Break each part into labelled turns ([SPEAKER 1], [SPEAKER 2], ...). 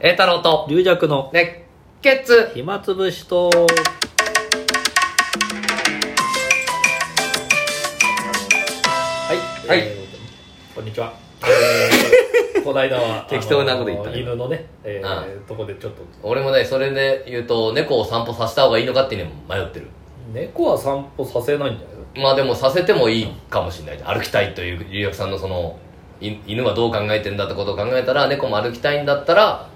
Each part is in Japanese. [SPEAKER 1] 栄太郎と
[SPEAKER 2] 龍弱の
[SPEAKER 1] 熱血
[SPEAKER 2] 暇つぶしとはい、
[SPEAKER 1] はい
[SPEAKER 2] えーこん にちは、えー、この間は
[SPEAKER 1] 適当なこと言ったね
[SPEAKER 2] あの犬のね、え
[SPEAKER 1] あ
[SPEAKER 2] ー、とこでちょっと
[SPEAKER 1] 俺もねそれで言うと猫を散歩させた方がいいのかっていうのも迷ってる
[SPEAKER 2] 猫は散歩させないんじゃないの
[SPEAKER 1] まあでもさせてもいいかもしれない歩きたいという龍役さんのそのい犬はどう考えてんだってことを考えたら猫も歩きたいんだったら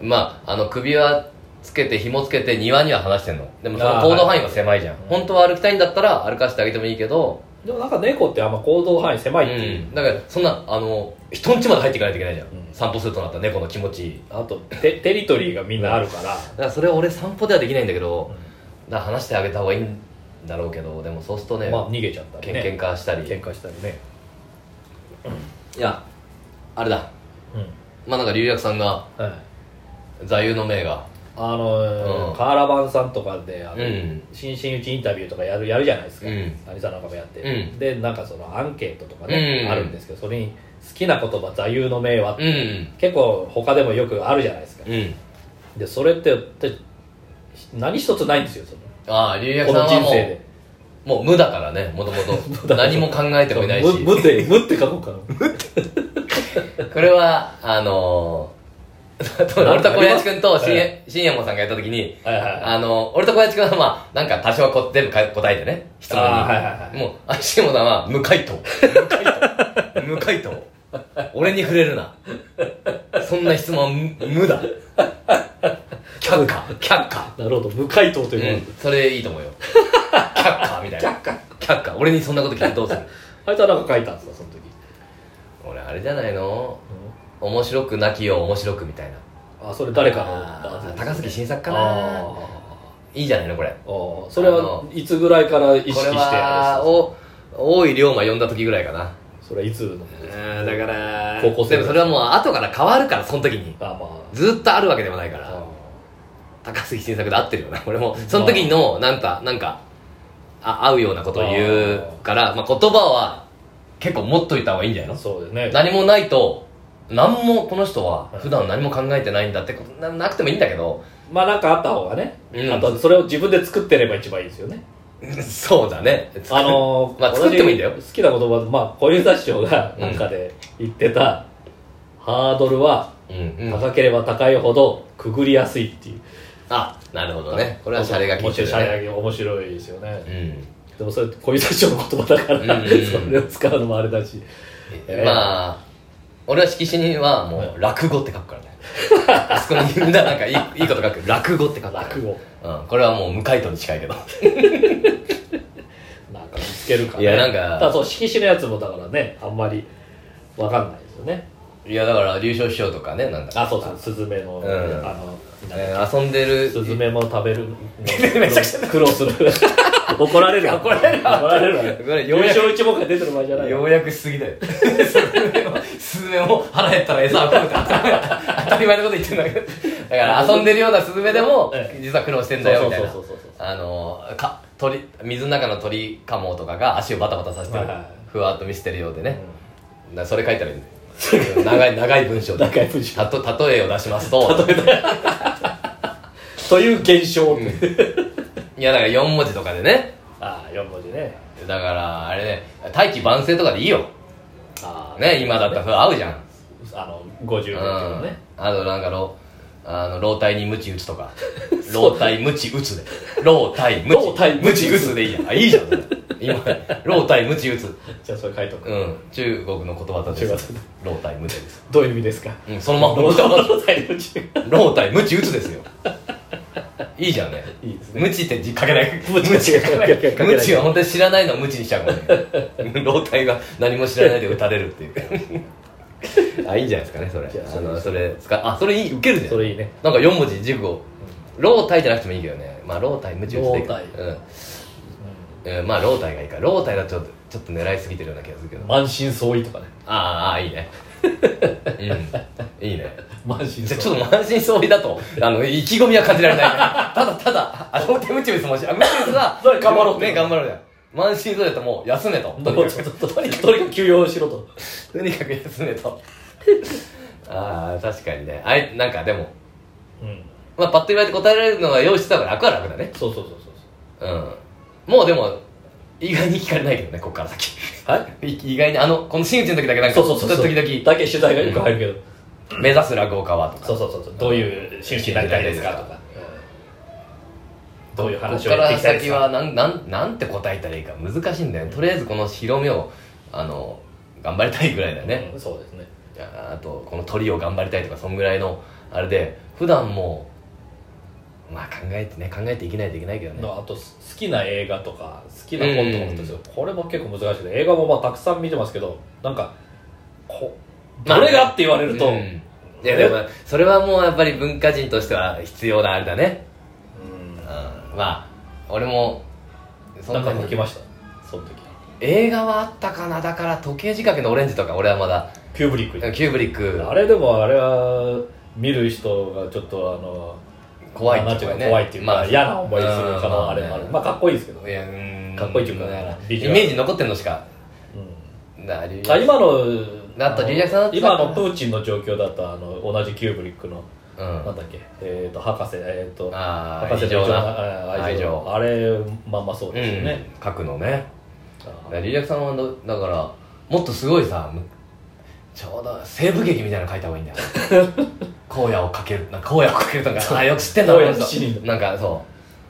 [SPEAKER 1] まああの首輪つけて紐つけて庭には離してんのでもその
[SPEAKER 2] あー
[SPEAKER 1] 行動範囲は狭いじゃん、
[SPEAKER 2] はい
[SPEAKER 1] 本当は歩きたいんだったら歩かせてあげてもいいけど、
[SPEAKER 2] うん、でもなんか猫ってあんま行動範囲狭いっていうう、
[SPEAKER 1] ん、だからそんなあの人ん家まで入っていかないといけないじゃん、
[SPEAKER 2] うん
[SPEAKER 1] 散歩するとなったら猫の気持ちいい
[SPEAKER 2] あとテテリトリーがみんなあるから、
[SPEAKER 1] だからそれは俺散歩ではできないんだけどだから話してあげた方がいいんだろうけどでもそうするとね、
[SPEAKER 2] まあ逃げちゃったり
[SPEAKER 1] けん
[SPEAKER 2] ね
[SPEAKER 1] 喧嘩したり
[SPEAKER 2] 喧嘩したりね、
[SPEAKER 1] いやあれだ
[SPEAKER 2] う
[SPEAKER 1] まあなんか龍薬さんが
[SPEAKER 2] んはい、
[SPEAKER 1] 座右の銘が
[SPEAKER 2] あの、
[SPEAKER 1] うん
[SPEAKER 2] カーラバンさんとかであの、
[SPEAKER 1] うん
[SPEAKER 2] 新進打ちインタビューとかやるやるじゃないですか、
[SPEAKER 1] うん
[SPEAKER 2] 兄さんなんかもやって、
[SPEAKER 1] うん
[SPEAKER 2] でなんかそのアンケートとかね、
[SPEAKER 1] うん
[SPEAKER 2] あるんですけどそれに好きな言葉座右の銘は、
[SPEAKER 1] うん
[SPEAKER 2] 結構他でもよくあるじゃないですか
[SPEAKER 1] うん
[SPEAKER 2] でそれってって何一つないんですよその
[SPEAKER 1] ああ龍薬
[SPEAKER 2] こ
[SPEAKER 1] さん
[SPEAKER 2] の
[SPEAKER 1] は
[SPEAKER 2] 人
[SPEAKER 1] も
[SPEAKER 2] 生
[SPEAKER 1] う
[SPEAKER 2] で
[SPEAKER 1] もう無だからねもとも と何も考えてもいないし
[SPEAKER 2] 無無って無って書こうか な
[SPEAKER 1] これはあのー俺と小林君と新
[SPEAKER 2] はい
[SPEAKER 1] 新右衛門さんがやった時に
[SPEAKER 2] はいはいはい
[SPEAKER 1] あの、俺と小林君はまあ、なんか多少こ全部か答えてね、質問に。
[SPEAKER 2] あーはいはいはい
[SPEAKER 1] もう、あ、シモさんは無回答。無回答。無回答。俺に触れるな。そんな質問は無無だ。却下。却下。
[SPEAKER 2] なるほど無回答といううのは、
[SPEAKER 1] ん、それいいと思うよ。却下みたい な。却下。却下。俺にそんなこと聞いてどうする
[SPEAKER 2] あいつは何か書いたんですかその時、
[SPEAKER 1] 俺、あれじゃないの面白くなきよう面白くみたいな。
[SPEAKER 2] あそれ誰かの
[SPEAKER 1] あー
[SPEAKER 2] あ
[SPEAKER 1] 高杉晋作か
[SPEAKER 2] あ
[SPEAKER 1] な。いいじゃないのこれ。
[SPEAKER 2] ーあーそれ
[SPEAKER 1] あ
[SPEAKER 2] は
[SPEAKER 1] の
[SPEAKER 2] いつぐらいから意識して
[SPEAKER 1] これは
[SPEAKER 2] あれですか
[SPEAKER 1] お、大井龍馬呼んだ時ぐらいかな。
[SPEAKER 2] それはいつの
[SPEAKER 1] うんだから
[SPEAKER 2] 高校生
[SPEAKER 1] でもそれはもう後から変わるからその時に
[SPEAKER 2] あま
[SPEAKER 1] ずっとあるわけでもないか
[SPEAKER 2] あ
[SPEAKER 1] ら高杉晋作で合ってるよな俺もその時のなんかなんかあ合うようなことを言うからまあ、言葉は結構持っといた方がいいんじゃないの
[SPEAKER 2] そうだよね
[SPEAKER 1] 何もないと何もこの人は普段何も考えてないんだってことななくてもいいんだけど
[SPEAKER 2] まあなんかあった方がね、
[SPEAKER 1] うん
[SPEAKER 2] あとそれを自分で作ってれば一番いいですよね
[SPEAKER 1] うんそうだね
[SPEAKER 2] あのー
[SPEAKER 1] まあ作ってもいいんだよ
[SPEAKER 2] 同じ好きな言葉まあ小遊三師匠がなんかで言ってた、ハードルは
[SPEAKER 1] うんうん
[SPEAKER 2] 高ければ高いほどくぐりやすいっていう、
[SPEAKER 1] あなるほどねこれはシャレが効いてる
[SPEAKER 2] 面白いシャ
[SPEAKER 1] ね
[SPEAKER 2] レが面白いですよね、
[SPEAKER 1] うん
[SPEAKER 2] でもそれ小遊三師匠の言葉だから、
[SPEAKER 1] うんうんうん
[SPEAKER 2] それを使うのもあれだしえー
[SPEAKER 1] まあ俺は色紙にはもう落語って書くからね あそこにみんななんかいいいいこと書く落語って書くから
[SPEAKER 2] 落語
[SPEAKER 1] うん、これはもう無回答に近いけ ど
[SPEAKER 2] なんか見つけるから、ね、
[SPEAKER 1] いやなんか
[SPEAKER 2] ただそう色紙のやつもだからねあんまりわかんないですよね
[SPEAKER 1] いやだから流暢師匠とかねなんだ
[SPEAKER 2] あそうそうスズメの、
[SPEAKER 1] うん
[SPEAKER 2] あのなんだっけ
[SPEAKER 1] えー遊んでる
[SPEAKER 2] スズメも食べる
[SPEAKER 1] めちゃくち
[SPEAKER 2] 苦労す る怒られる怒られる怒ら
[SPEAKER 1] 怒
[SPEAKER 2] れ
[SPEAKER 1] られ
[SPEAKER 2] る
[SPEAKER 1] る
[SPEAKER 2] 優
[SPEAKER 1] ようやく
[SPEAKER 2] 勝一目が出てる場合じゃない
[SPEAKER 1] ようやくしすぎだ よスズメも腹減ったら餌を食うって当たり前 のこと言ってんだけどだから遊んでるようなスズメでも
[SPEAKER 2] ええ
[SPEAKER 1] 実は苦労してんだよみたいな
[SPEAKER 2] そうそうそうそう
[SPEAKER 1] あのか鳥水の中の鳥カモとかが足をバタバタさせて
[SPEAKER 2] はいはい
[SPEAKER 1] ふわっと見せてるようでね、なそれ書いたらいいんだよ長い長い文章で
[SPEAKER 2] 長い文章
[SPEAKER 1] たと例えを出しますと
[SPEAKER 2] という現象、
[SPEAKER 1] いやだから4文字とかでね
[SPEAKER 2] ああ4文字ね
[SPEAKER 1] だからあれね大器晩成とかでいいよ
[SPEAKER 2] ああ
[SPEAKER 1] ね今だったら合うじゃん、
[SPEAKER 2] あの50
[SPEAKER 1] う
[SPEAKER 2] 文
[SPEAKER 1] ん
[SPEAKER 2] 字ね、
[SPEAKER 1] あとなんかろあの老体に鞭打つとか老体鞭打つで老体鞭
[SPEAKER 2] 老体鞭
[SPEAKER 1] 鞭打つでいいじゃんあいいじゃんそれ今老体鞭打つ
[SPEAKER 2] じゃあそれ書いとく、
[SPEAKER 1] うん中国の言葉だ
[SPEAKER 2] 中
[SPEAKER 1] で
[SPEAKER 2] 国
[SPEAKER 1] す老体鞭です、
[SPEAKER 2] どういう意味ですか
[SPEAKER 1] うん、その まま
[SPEAKER 2] 労働体の字
[SPEAKER 1] 老体鞭打つですよいいじゃんね
[SPEAKER 2] いいですね
[SPEAKER 1] 無知って字書けない
[SPEAKER 2] 無知
[SPEAKER 1] 無知が書けない
[SPEAKER 2] 書けない
[SPEAKER 1] 無知は本当に知らないのを無知にしちゃうもん ね老体が何も知らないで打たれるっていう あいいんじゃないですかねそれ
[SPEAKER 2] じゃあ
[SPEAKER 1] あのそれ使うあそれいいウケるじゃん
[SPEAKER 2] それいいね
[SPEAKER 1] なんか4文字熟語老体じゃなくてもいいけどねまあ老体無知打つでいいか
[SPEAKER 2] 老体
[SPEAKER 1] うんうんまあ老体がいいか老体だとちょっとちょっと狙いすぎてるような気がするけど
[SPEAKER 2] 満身創痍とかね
[SPEAKER 1] あーあーいいねうんいいね
[SPEAKER 2] 満身
[SPEAKER 1] じ
[SPEAKER 2] 創
[SPEAKER 1] ゃあ
[SPEAKER 2] 痍
[SPEAKER 1] ちょっと満身創痍だと、あの、意気込みは感じられ ない、ね。ただただ、あの、手ムチムスもし、あ、ムチムスは、
[SPEAKER 2] そう頑張ろうって
[SPEAKER 1] ね、頑張ろうじゃん。満身創痍だともう、休めと。とにか
[SPEAKER 2] ちょっ
[SPEAKER 1] く、
[SPEAKER 2] ととにかく休養しろと
[SPEAKER 1] とにかく休めと。ああ確かにねあいなんかでも、
[SPEAKER 2] うん
[SPEAKER 1] まあ、パッと言われて答えられるのが用意してたから楽は楽だね
[SPEAKER 2] そうそうそうそう
[SPEAKER 1] うんもうでも意外に聞かれないけどねこっから先
[SPEAKER 2] そうはい
[SPEAKER 1] い意外にあのこの真打ちの時だけなんか
[SPEAKER 2] そうそうそうそう
[SPEAKER 1] 時々
[SPEAKER 2] だけ取材がよく入るけど、
[SPEAKER 1] 目指す落語家はとか
[SPEAKER 2] そうそうそうそうどういう真摯になりたいですかとか、うんどういう
[SPEAKER 1] こっ
[SPEAKER 2] 話を
[SPEAKER 1] か
[SPEAKER 2] やってい
[SPEAKER 1] ら
[SPEAKER 2] きたいです
[SPEAKER 1] 先
[SPEAKER 2] か
[SPEAKER 1] はなんなんなんて答えたらいいか難しいんだよねとりあえずこの広めをあの頑張りたいぐらいだよね、
[SPEAKER 2] うんそうですね
[SPEAKER 1] いやあとこの鳥を頑張りたいとかそんぐらいのあれで普段もまあ考えてね考えていけないといけないけどね
[SPEAKER 2] あと好きな映画とか好きな本とかもですよ、これも結構難しいけど映画もまあたくさん見てますけどなんかこ
[SPEAKER 1] まあ
[SPEAKER 2] どれがって言われると、
[SPEAKER 1] うんいやでもそれはもうやっぱり文化人としては必要なあれだね、うん、まあ俺もそ
[SPEAKER 2] なんん
[SPEAKER 1] な
[SPEAKER 2] か
[SPEAKER 1] に
[SPEAKER 2] 書きましたその時
[SPEAKER 1] 映画はあったかなだから時計仕掛けのオレンジとか俺はまだ
[SPEAKER 2] キューブリック
[SPEAKER 1] キューブリック
[SPEAKER 2] あれでもあれは見る人がちょっとあの
[SPEAKER 1] 怖い
[SPEAKER 2] な
[SPEAKER 1] っ
[SPEAKER 2] ん
[SPEAKER 1] て
[SPEAKER 2] て
[SPEAKER 1] い
[SPEAKER 2] いうう
[SPEAKER 1] か
[SPEAKER 2] か
[SPEAKER 1] ね
[SPEAKER 2] 怖いっていうか、
[SPEAKER 1] まあ
[SPEAKER 2] 嫌な思いする可能あれもある
[SPEAKER 1] うん
[SPEAKER 2] まあかっこいいですけど
[SPEAKER 1] い
[SPEAKER 2] ね、
[SPEAKER 1] やうーん
[SPEAKER 2] かっこいいっていうかね
[SPEAKER 1] イ
[SPEAKER 2] ビジュアル
[SPEAKER 1] メージ残ってんのしか
[SPEAKER 2] うん
[SPEAKER 1] な竜
[SPEAKER 2] あ今の
[SPEAKER 1] だったらリリアさんだったら
[SPEAKER 2] 今のプーチンの状況だとあの同じキューブリックの
[SPEAKER 1] うん
[SPEAKER 2] なんだっけ、えっ、と博士えっ、と
[SPEAKER 1] ああ
[SPEAKER 2] 博士の
[SPEAKER 1] 異常な
[SPEAKER 2] あー愛
[SPEAKER 1] 愛情
[SPEAKER 2] 情あれまんまそうですよね、
[SPEAKER 1] うん、書くのね
[SPEAKER 2] あ
[SPEAKER 1] だか
[SPEAKER 2] ー
[SPEAKER 1] らリリアクさんはどだからもっとすごいさむちょうど西部劇みたいなの書いた方がいいんだ よ荒野をかけるなんか荒野をかけるとかあーよく知ってんだ
[SPEAKER 2] 荒野
[SPEAKER 1] 俺の人
[SPEAKER 2] 七人
[SPEAKER 1] なんかそ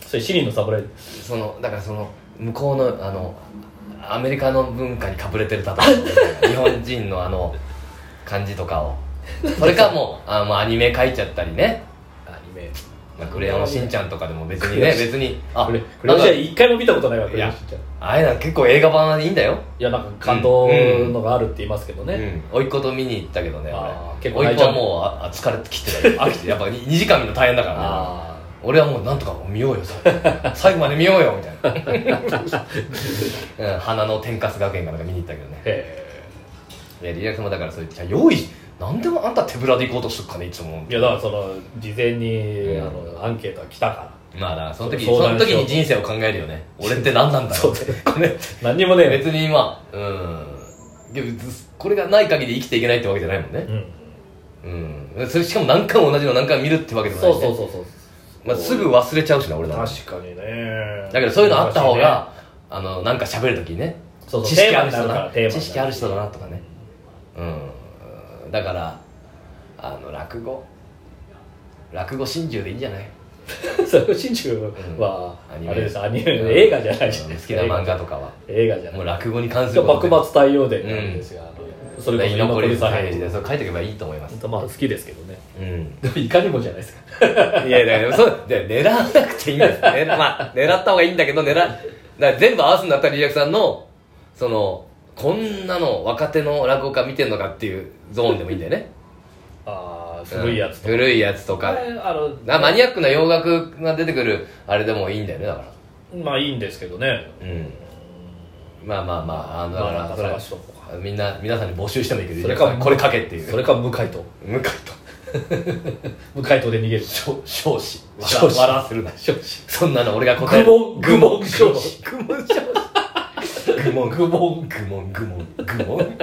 [SPEAKER 2] それシリンの侍
[SPEAKER 1] うそのだからその向こうのあのアメリカの文化にかぶれてる例え日本人のあの感じとかをそれかもうあもうアニメ書いちゃったりね
[SPEAKER 2] アニメ
[SPEAKER 1] 「まあクレヨンしんちゃん」とかでも別に
[SPEAKER 2] クレ
[SPEAKER 1] ね
[SPEAKER 2] ヨンし
[SPEAKER 1] 別にあ
[SPEAKER 2] これこ
[SPEAKER 1] なん
[SPEAKER 2] れ
[SPEAKER 1] か
[SPEAKER 2] じゃ一回も見たことないわけ
[SPEAKER 1] いや
[SPEAKER 2] よしんちゃんい
[SPEAKER 1] あれなんか結構映画版でいいんだよ
[SPEAKER 2] やなんか感動のがあるって言いますけどね、
[SPEAKER 1] うん、甥っ子と見に行ったけどね
[SPEAKER 2] あー
[SPEAKER 1] 俺
[SPEAKER 2] 結構
[SPEAKER 1] 甥っ
[SPEAKER 2] 泣い
[SPEAKER 1] 子
[SPEAKER 2] ちゃ
[SPEAKER 1] は
[SPEAKER 2] う
[SPEAKER 1] もうああ疲れてきてたよ飽 きてやっぱ2時間見るの大変だからね
[SPEAKER 2] あ
[SPEAKER 1] 俺はもうなんとか見ようよ最後最後まで見ようよみたい な、うん、花の天かす学園かなんか見に行ったけどね
[SPEAKER 2] あへ
[SPEAKER 1] でリラクスもだからそう言って用意なんでもあんた手ぶらで行こうとするかねいつも
[SPEAKER 2] えいやだからその事前に、
[SPEAKER 1] うん
[SPEAKER 2] あのアンケートが来たか
[SPEAKER 1] まあだからその時
[SPEAKER 2] そう
[SPEAKER 1] その
[SPEAKER 2] 相談し
[SPEAKER 1] 時
[SPEAKER 2] よう
[SPEAKER 1] に人生を考えるよね俺って何なんだろうって これ
[SPEAKER 2] ら何にもね
[SPEAKER 1] 別にまあうんでもこれがない限り生きていけないってわけじゃないもんね
[SPEAKER 2] うん
[SPEAKER 1] うん、それしかも何回も同じの何回も見るってわけでもない、
[SPEAKER 2] そ
[SPEAKER 1] ね、
[SPEAKER 2] うそうそうそう
[SPEAKER 1] まあ、すぐ忘れちゃうしな俺だだ
[SPEAKER 2] 確かにね
[SPEAKER 1] けどそういうのあった方が、あのなんか喋る時にね
[SPEAKER 2] そうそう
[SPEAKER 1] 知識ある
[SPEAKER 2] テ
[SPEAKER 1] 人
[SPEAKER 2] ーマ
[SPEAKER 1] だ
[SPEAKER 2] になる
[SPEAKER 1] な
[SPEAKER 2] からテーマにな
[SPEAKER 1] 知
[SPEAKER 2] る
[SPEAKER 1] 識ある人だなとかねうんだからあの落語落語心中でいいんじゃない
[SPEAKER 2] それ真珠は、
[SPEAKER 1] うんアニメ
[SPEAKER 2] あれですアニメ映画じゃないし、
[SPEAKER 1] うん好きな漫画とかは
[SPEAKER 2] 映画じゃない
[SPEAKER 1] もう落語に関することで
[SPEAKER 2] 幕末太陽伝なんですが、それこそ
[SPEAKER 1] 居残り
[SPEAKER 2] さ
[SPEAKER 1] 三平次でそれ書いておけばいいと思います
[SPEAKER 2] まあ好きですけどね
[SPEAKER 1] うん
[SPEAKER 2] でもいかにもじゃないです か
[SPEAKER 1] いやいや、でもそう、で狙わなくていいんです、ね。まあ、狙った方がいいんだけど、狙、だから全部合わすんだったら、リリアクさんの、その、こんなの若手の落語家見てんのかっていうゾーンでもいいんだよね。
[SPEAKER 2] ああ古いやつと
[SPEAKER 1] うん古いやつと
[SPEAKER 2] か、
[SPEAKER 1] か。
[SPEAKER 2] あの
[SPEAKER 1] なマニアックな洋楽が出てくる、あれでもいいんだよね、だから。
[SPEAKER 2] まあいいんですけどね
[SPEAKER 1] うん。まあまあまあ、あの、だか
[SPEAKER 2] まあ
[SPEAKER 1] ら、
[SPEAKER 2] また
[SPEAKER 1] それ
[SPEAKER 2] 探しとこう
[SPEAKER 1] みんな、皆さんに募集してもいいけど、
[SPEAKER 2] それか
[SPEAKER 1] リリアクさんこれかけっていう。
[SPEAKER 2] それか向井と
[SPEAKER 1] 向かいと。
[SPEAKER 2] 向井とで逃げる
[SPEAKER 1] 少少子。
[SPEAKER 2] 少子
[SPEAKER 1] 笑わせるな。
[SPEAKER 2] 少子
[SPEAKER 1] そんなの俺が答える。
[SPEAKER 2] 愚問愚問少子
[SPEAKER 1] 愚問少子。愚問愚問愚問愚問愚問。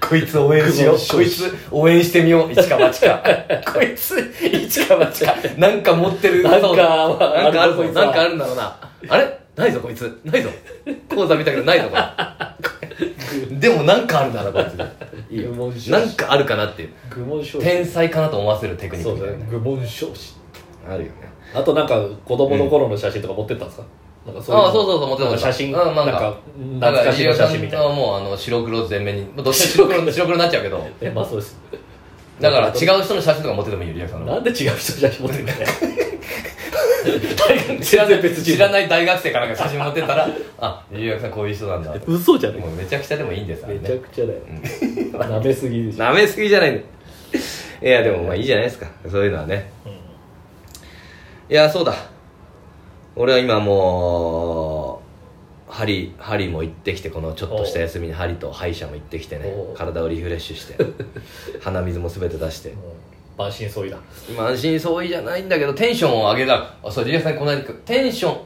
[SPEAKER 1] こいつ応援しよう
[SPEAKER 2] 愚問。少子
[SPEAKER 1] こいつ応援してみよう。一か八か。 こいつ一か八か。なんか持ってる。
[SPEAKER 2] なんか
[SPEAKER 1] そうなんかある
[SPEAKER 2] あるぞこ
[SPEAKER 1] ぞ。
[SPEAKER 2] いつは
[SPEAKER 1] なんかあるんだろうな。あれないぞこいつ。ないぞ。講座見たけどないぞこれ。でもなんかあるんだなこいつ。いいよ
[SPEAKER 2] 愚問少子
[SPEAKER 1] なんかあるかなっていう。
[SPEAKER 2] 愚問少
[SPEAKER 1] 天才かなと思わせるテクニッ
[SPEAKER 2] そ
[SPEAKER 1] クみ
[SPEAKER 2] うだ
[SPEAKER 1] た
[SPEAKER 2] よ
[SPEAKER 1] いな
[SPEAKER 2] ね。愚問少子
[SPEAKER 1] あるよね。
[SPEAKER 2] あとなんか子供の頃の写真とか持ってったんですか、なんかそういうの
[SPEAKER 1] ああそうそうそう持ってた
[SPEAKER 2] なんか写真
[SPEAKER 1] うんなんかだ
[SPEAKER 2] 懐
[SPEAKER 1] から
[SPEAKER 2] かし
[SPEAKER 1] 飯
[SPEAKER 2] い
[SPEAKER 1] 尾
[SPEAKER 2] 写
[SPEAKER 1] さ
[SPEAKER 2] 真み
[SPEAKER 1] ん
[SPEAKER 2] たい
[SPEAKER 1] は
[SPEAKER 2] な
[SPEAKER 1] もうあの白黒全面にまあどっちも白黒白黒になっちゃうけど
[SPEAKER 2] えまあそうです
[SPEAKER 1] だから違う人の写真とか持っててもいいよリアクさんの
[SPEAKER 2] なんで違う人写真持ってんだよ
[SPEAKER 1] 知らな
[SPEAKER 2] 全然
[SPEAKER 1] い
[SPEAKER 2] 別人
[SPEAKER 1] 知らない大学生かなんか写真持ってったらあリアクさんこういう人なんだも
[SPEAKER 2] 嘘じゃないう
[SPEAKER 1] めちゃくちゃでもいいんですあれ
[SPEAKER 2] めちゃ
[SPEAKER 1] ね
[SPEAKER 2] くちゃだよ舐めすぎでしょ
[SPEAKER 1] なめすぎじゃないのいやでもまあいいじゃないですかそういうのはねいやそうだ俺は今もう針針も行ってきてこのちょっとした休みに針と歯医者も行ってきてね
[SPEAKER 2] おう
[SPEAKER 1] 体をリフレッシュして鼻水も全て出して
[SPEAKER 2] もう満身創痍だ
[SPEAKER 1] 今安心相違じゃないんだけどテンションを上げたあそうリリアさんにこの間テンション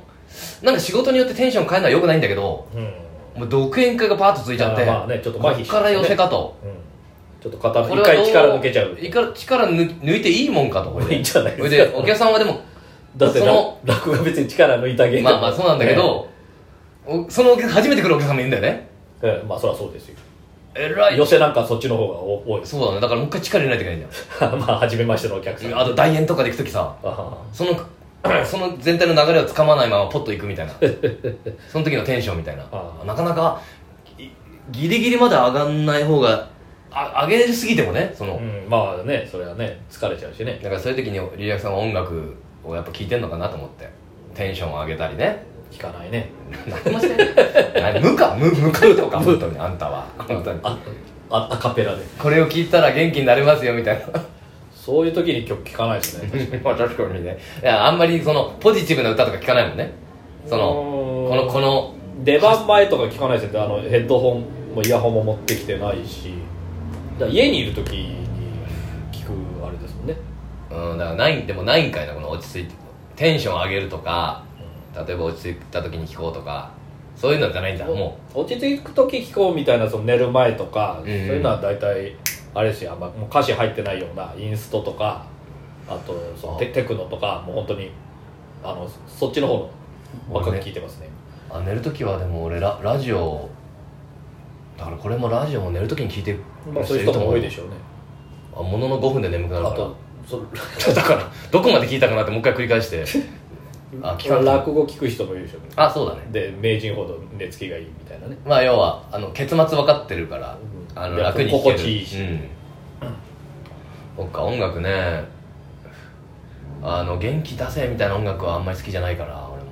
[SPEAKER 1] なんか仕事によってテンション変えるのはよくないんだけど
[SPEAKER 2] うん
[SPEAKER 1] もう独演会がパーッとついちゃって、
[SPEAKER 2] あーまあねちょっと麻
[SPEAKER 1] こ
[SPEAKER 2] 痺
[SPEAKER 1] っから寄せかと、
[SPEAKER 2] うんちょっょっと肩
[SPEAKER 1] こ
[SPEAKER 2] の
[SPEAKER 1] れ
[SPEAKER 2] 一
[SPEAKER 1] はど
[SPEAKER 2] 回力抜けちゃう
[SPEAKER 1] いから力抜抜いていいもんかとこれ
[SPEAKER 2] いいんじゃない
[SPEAKER 1] それ
[SPEAKER 2] です
[SPEAKER 1] で
[SPEAKER 2] か
[SPEAKER 1] お客さんはでも
[SPEAKER 2] だって
[SPEAKER 1] その
[SPEAKER 2] ら落語が別に力抜いた芸
[SPEAKER 1] まあまあそうなんだけ、ど、おそのお客初めて来るお客さんもいるんだよね
[SPEAKER 2] ねええまあそりゃそうですよ
[SPEAKER 1] えらい
[SPEAKER 2] 寄せなんかそっちの方が多いです
[SPEAKER 1] そうだねだからもう一回力入れないといけないじ
[SPEAKER 2] まあ初めましてのお客さん
[SPEAKER 1] ゃんあと大円とかで行く時さ
[SPEAKER 2] あは
[SPEAKER 1] その その全体の流れをつかまないままポッと行くみたいなその時のテンションみたいな
[SPEAKER 2] ああ
[SPEAKER 1] なかなかいギリギリまで上がんない方があ上げすぎてもねその、
[SPEAKER 2] うん、まあねそれはね疲れちゃうしね
[SPEAKER 1] だからそういう時にリリアクさんは音楽をやっぱ聴いてんのかなと思ってテンションを上げたりね
[SPEAKER 2] 聞かないね
[SPEAKER 1] なりま せん無か無無回答か本当にあんたは本当に
[SPEAKER 2] ああアカペラで
[SPEAKER 1] これを聞いたら元気になれますよみたいな
[SPEAKER 2] そういう時に曲聞かないですね
[SPEAKER 1] まあ 確かにねいやあんまりそのポジティブな歌とか聞かないもんねそのこのこの
[SPEAKER 2] 出番前とか聞かないですよあのヘッドホンもイヤホンも持ってきてないしだから家にいる時に聞くあれですもんね
[SPEAKER 1] うん、だからないでもないんかいなこの落ち着いてテンション上げるとか例えば落ち着いた時に聴こうとかそういうのじゃないんだも
[SPEAKER 2] 落ち着く時聞こうみたいなその寝る前とか、
[SPEAKER 1] ん
[SPEAKER 2] そういうのは大体あれですよあんまもう歌詞入ってないようなインストとかあとそのテテクノとかもう本当にあのそっちの方のばっかり聞いてますね
[SPEAKER 1] うあ寝る時はでも俺ララジオだからこれもラジオも寝る時に聴いてる
[SPEAKER 2] まあ、そういう人も多いで
[SPEAKER 1] ょ
[SPEAKER 2] しょうね
[SPEAKER 1] あものの5分で眠くな
[SPEAKER 2] あ
[SPEAKER 1] るから
[SPEAKER 2] とそ
[SPEAKER 1] だからどこまで聞いたかなってもう一回繰り返してあ聞かなくなる
[SPEAKER 2] 落語聞く人もいるでしょうね
[SPEAKER 1] あそうだね
[SPEAKER 2] で名人ほど寝つきがいいみたいなね
[SPEAKER 1] まあ要はあの結末分かってるから
[SPEAKER 2] うん
[SPEAKER 1] あの
[SPEAKER 2] いや
[SPEAKER 1] 楽に聴ける
[SPEAKER 2] 心地いいし
[SPEAKER 1] うん、そっか音楽ねあの元気出せみたいな音楽はあんまり好きじゃないから俺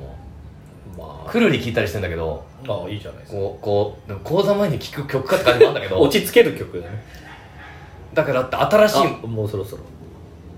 [SPEAKER 1] も
[SPEAKER 2] ま
[SPEAKER 1] くるり聴いたりしてんだけど
[SPEAKER 2] あ、まあいいじゃないですか
[SPEAKER 1] こうこうでも講座前に聴く曲かって感じもあるんだけど
[SPEAKER 2] 落ち着ける曲だね
[SPEAKER 1] だからだって新しい
[SPEAKER 2] あもうそろそろ